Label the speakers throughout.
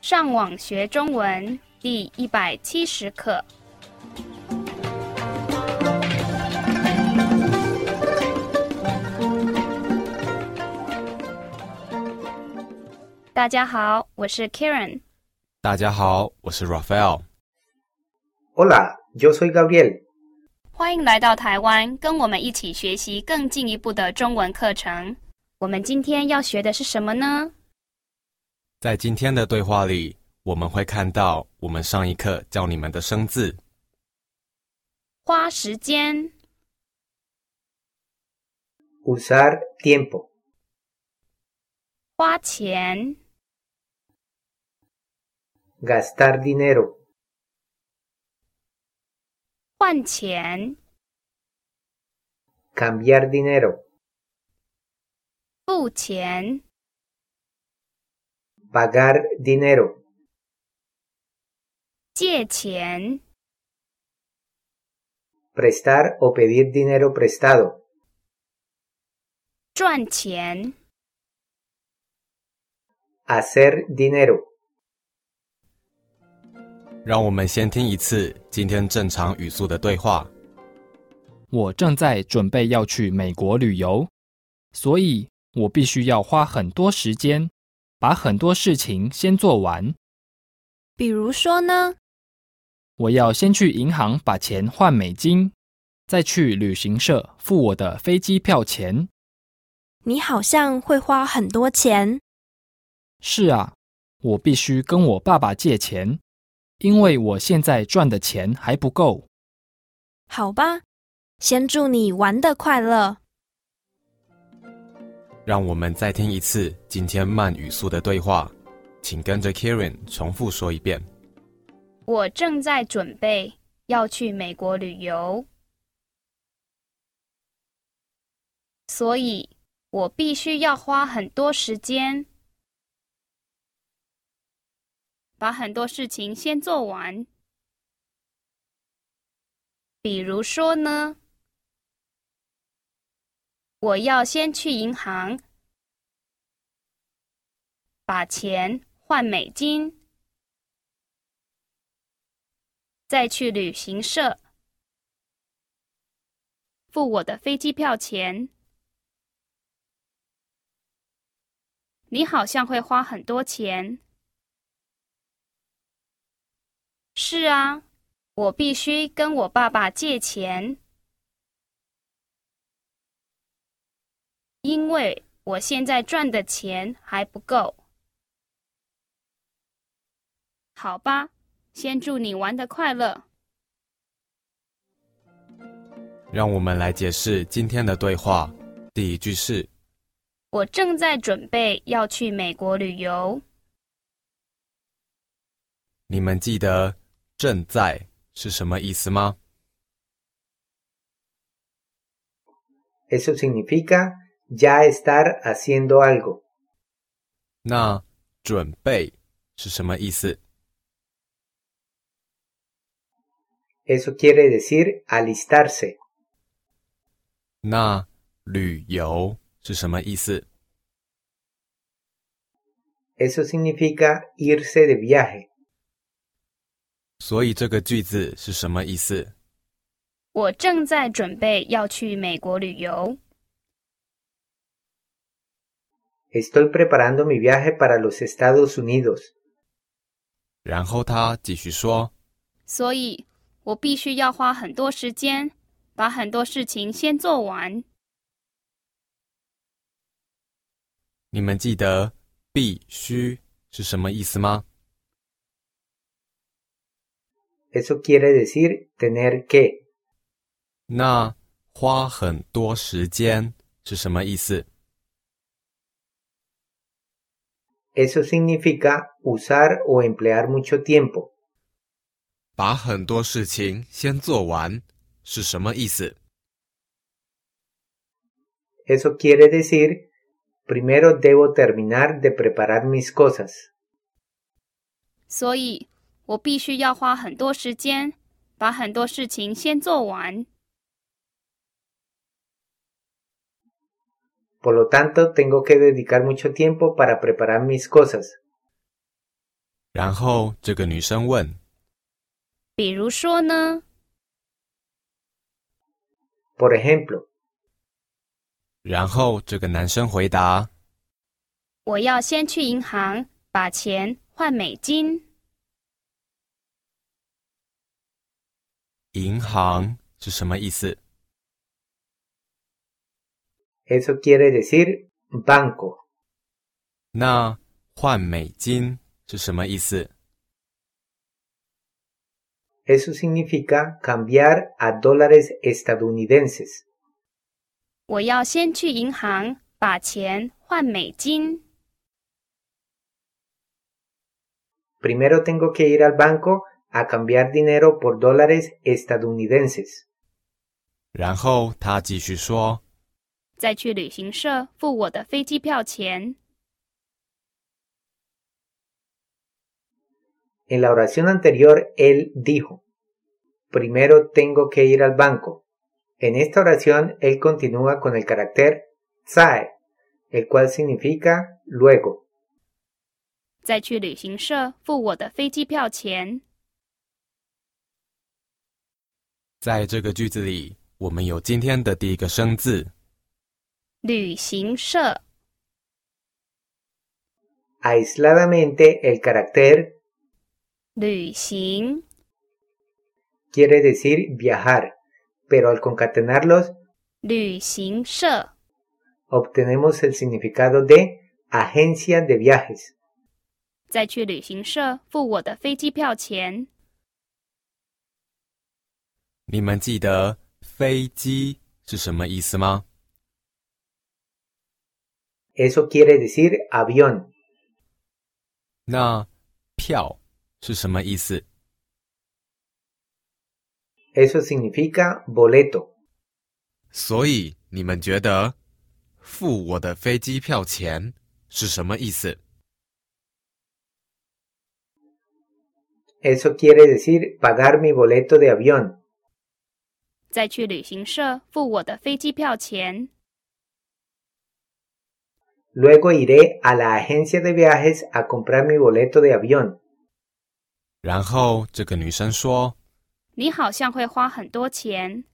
Speaker 1: 上网学中文第一百七十课。大家好，我是 Karen。
Speaker 2: 大家好，我是 Raphael。
Speaker 3: Hola, yo soy Gabriel.
Speaker 1: 欢迎来到台湾，跟我们一起学习更进一步的中文课程。我们今天要学的是什么呢？
Speaker 2: 在今天的对话里，我们会看到我们上一课教你们的生字。
Speaker 1: 花时间、
Speaker 3: Usar tiempo.
Speaker 1: 花钱、
Speaker 3: Gastar dinero.
Speaker 1: 换钱、
Speaker 3: Cambiar dinero.
Speaker 1: 付钱、
Speaker 3: Pagar dinero.
Speaker 1: 借钱、
Speaker 3: Prestar o pedir dinero prestado.
Speaker 1: 赚钱、
Speaker 3: Hacer dinero.
Speaker 2: 让我们先听一次今天正常语速的对话。
Speaker 4: 我正在准备要去美国旅游，所以我必须要花很多时间，把很多事情先做完。
Speaker 5: 比如说呢，
Speaker 4: 我要先去银行把钱换美金，再去旅行社付我的飞机票钱。
Speaker 5: 你好像会花很多钱。
Speaker 4: 是啊，我必须跟我爸爸借钱，因为我现在赚的钱还不够。
Speaker 5: 好吧，先祝你玩的快乐。
Speaker 2: 让我们再听一次今天慢语速的对话，请跟着 Karen 重复说一遍。
Speaker 1: 我正在准备要去美国旅游，所以我必须要花很多时间，把很多事情先做完。比如说呢，我要先去银行把钱换美金。再去旅行社付我的飞机票钱。你好像会花很多钱。是啊，我必须跟我爸爸借钱，因为我现在赚的钱还不够。好吧。先祝你玩的快乐。
Speaker 2: 让我们来解释今天的对话。第一句是
Speaker 1: 我正在准备要去美国旅游，：“
Speaker 2: 你们记得‘正在’是什么意思吗
Speaker 3: Eso significa ya estar haciendo algo. ”
Speaker 2: 那“准备”是什么意思？
Speaker 3: Eso quiere decir alistarse.
Speaker 2: 那“旅游”是什么意思？
Speaker 3: Eso significa irse de viaje.
Speaker 2: 所以这个句子是什么意思？
Speaker 1: 我正在准备要去美国旅游，
Speaker 3: Estoy preparando mi viaje para los Estados Unidos.
Speaker 2: 然后他继续说
Speaker 1: 所以我必须要花很多时间，把很多事情先做完。：“
Speaker 2: 你们记得‘必须’是什么意思吗？
Speaker 3: Eso quiere decir tener que.
Speaker 2: 那‘花很多时间’是什么意思？
Speaker 3: Eso significa usar o emplear mucho tiempo.
Speaker 2: 把很多事情先做完是什么意思？
Speaker 3: Eso quiere decir, primero debo terminar de preparar mis cosas.
Speaker 1: 所以我必须要花很多时间，把很多事情先做完。
Speaker 3: Por lo tanto, tengo que dedicar mucho tiempo para preparar mis cosas.
Speaker 2: 然后这个女生问
Speaker 1: 比如说呢，
Speaker 3: Por ejemplo,
Speaker 2: 然后这个男生回答，
Speaker 1: 我要先去银行把钱换美金。
Speaker 2: 银行是什么意思？
Speaker 3: eso quiere decir banco.
Speaker 2: 那换美金是什么意思？
Speaker 3: Eso significa cambiar a dólares estadounidenses.
Speaker 1: 我要先去银行把钱换美金。
Speaker 3: Primero tengo que ir al banco a cambiar dinero por dólares estadounidenses.
Speaker 2: 然后他继续说，
Speaker 1: 再去旅行社付我的飞机票钱。
Speaker 3: En la oración anterior, él dijo, primero tengo que ir al banco. En esta oración, él continúa con el carácter zae, el cual significa luego.
Speaker 1: 再去旅行社付我的飞机票钱。
Speaker 2: 在这个句子里，我们有今天的第一个生字，
Speaker 1: 旅行社，
Speaker 3: Aisladamente, el carácter
Speaker 1: 旅行，
Speaker 3: quiere decir viajar, pero al concatenarlos,
Speaker 1: 旅行社，
Speaker 3: obtenemos el significado de agencia de viajes.
Speaker 1: 再去旅行社付我的飞机票钱。
Speaker 2: 你们记得飞机是什么意思吗？
Speaker 3: Eso quiere decir avión.
Speaker 2: 那票是什么意思？
Speaker 3: Eso significa boleto.
Speaker 2: 所以你们觉得付我的飞机票钱是什么意思？
Speaker 3: Eso quiere decir pagar mi boleto de avión.
Speaker 1: 再去旅行社付我的飞机票钱。
Speaker 3: Luego iré a la agencia de viajes a comprar mi boleto de avión.
Speaker 2: 然后这个女生说
Speaker 1: 你好像会花很多钱。：“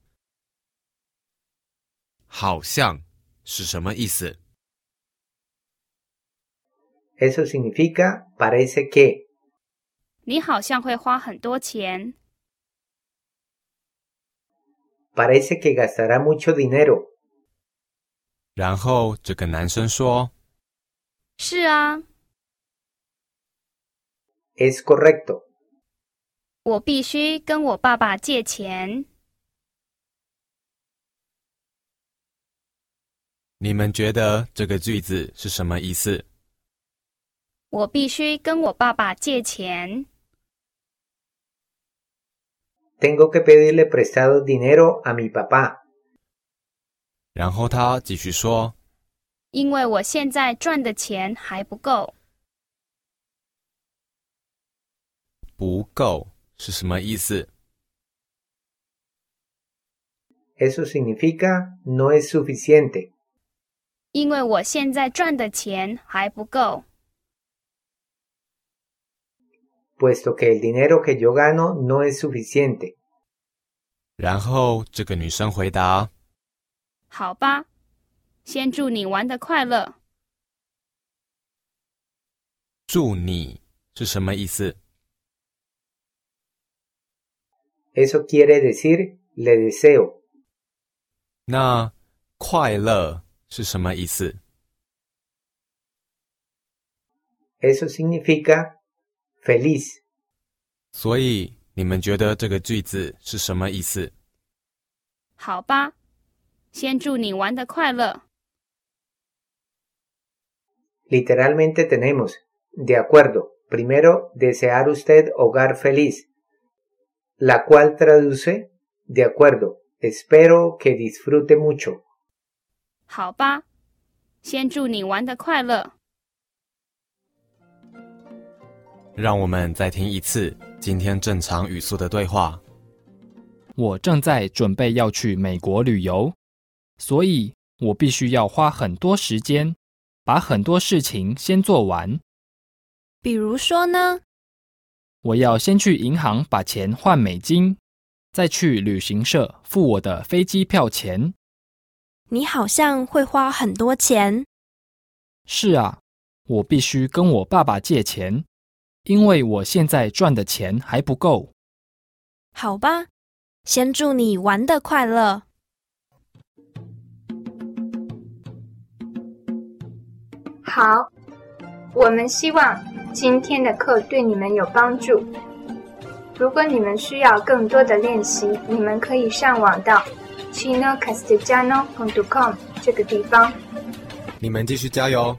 Speaker 2: 好像是什么意思
Speaker 3: Eso significa parece que.
Speaker 1: 你好像会花很多钱。
Speaker 3: Parece que gastará mucho dinero.？”
Speaker 2: 然后这个男生说
Speaker 1: 是啊，
Speaker 3: Es correcto.
Speaker 1: 我必须跟我爸爸借钱。：“
Speaker 2: 你们觉得这个句子是什么意思
Speaker 1: 我必须跟我爸爸借钱。
Speaker 3: Tengo que pedirle prestado dinero a mi papá.？”
Speaker 2: 然后他继续说
Speaker 1: 因为我现在赚的钱还不够，：“
Speaker 2: 不够是什么意思？
Speaker 3: Eso significa no es suficiente.
Speaker 1: 因为我现在赚的钱还不够，
Speaker 3: Puesto que el dinero que yo gano no es suficiente.
Speaker 2: 然后这个女生回答
Speaker 1: 好吧，先祝你玩的快乐。：“
Speaker 2: 祝你是什么意思？
Speaker 3: Eso quiere decir le deseo.
Speaker 2: 那快乐是什么意思？
Speaker 3: Eso significa feliz.
Speaker 2: 所以你们觉得这个句子是什么意思？”
Speaker 1: 好吧，先祝你玩的快乐。
Speaker 3: Literalmente tenemos, de acuerdo, primero desear usted hogar feliz, la cual traduce, de acuerdo, espero que disfrute mucho.
Speaker 1: 好吧，先祝你玩的快乐。
Speaker 2: 让我们再听一次今天正常语速的对话。
Speaker 4: 我正在准备要去美国旅游，所以我必须要花很多时间，把很多事情先做完。
Speaker 5: 比如说呢？
Speaker 4: 我要先去银行把钱换美金，再去旅行社付我的飞机票钱。
Speaker 5: 你好像会花很多钱。
Speaker 4: 是啊，我必须跟我爸爸借钱，因为我现在赚的钱还不够。
Speaker 5: 好吧，先祝你玩的快乐。
Speaker 6: 好，我们希望今天的课对你们有帮助。如果你们需要更多的练习，你们可以上网到 chinocastellano.com 这个地方。
Speaker 2: 你们继续加油！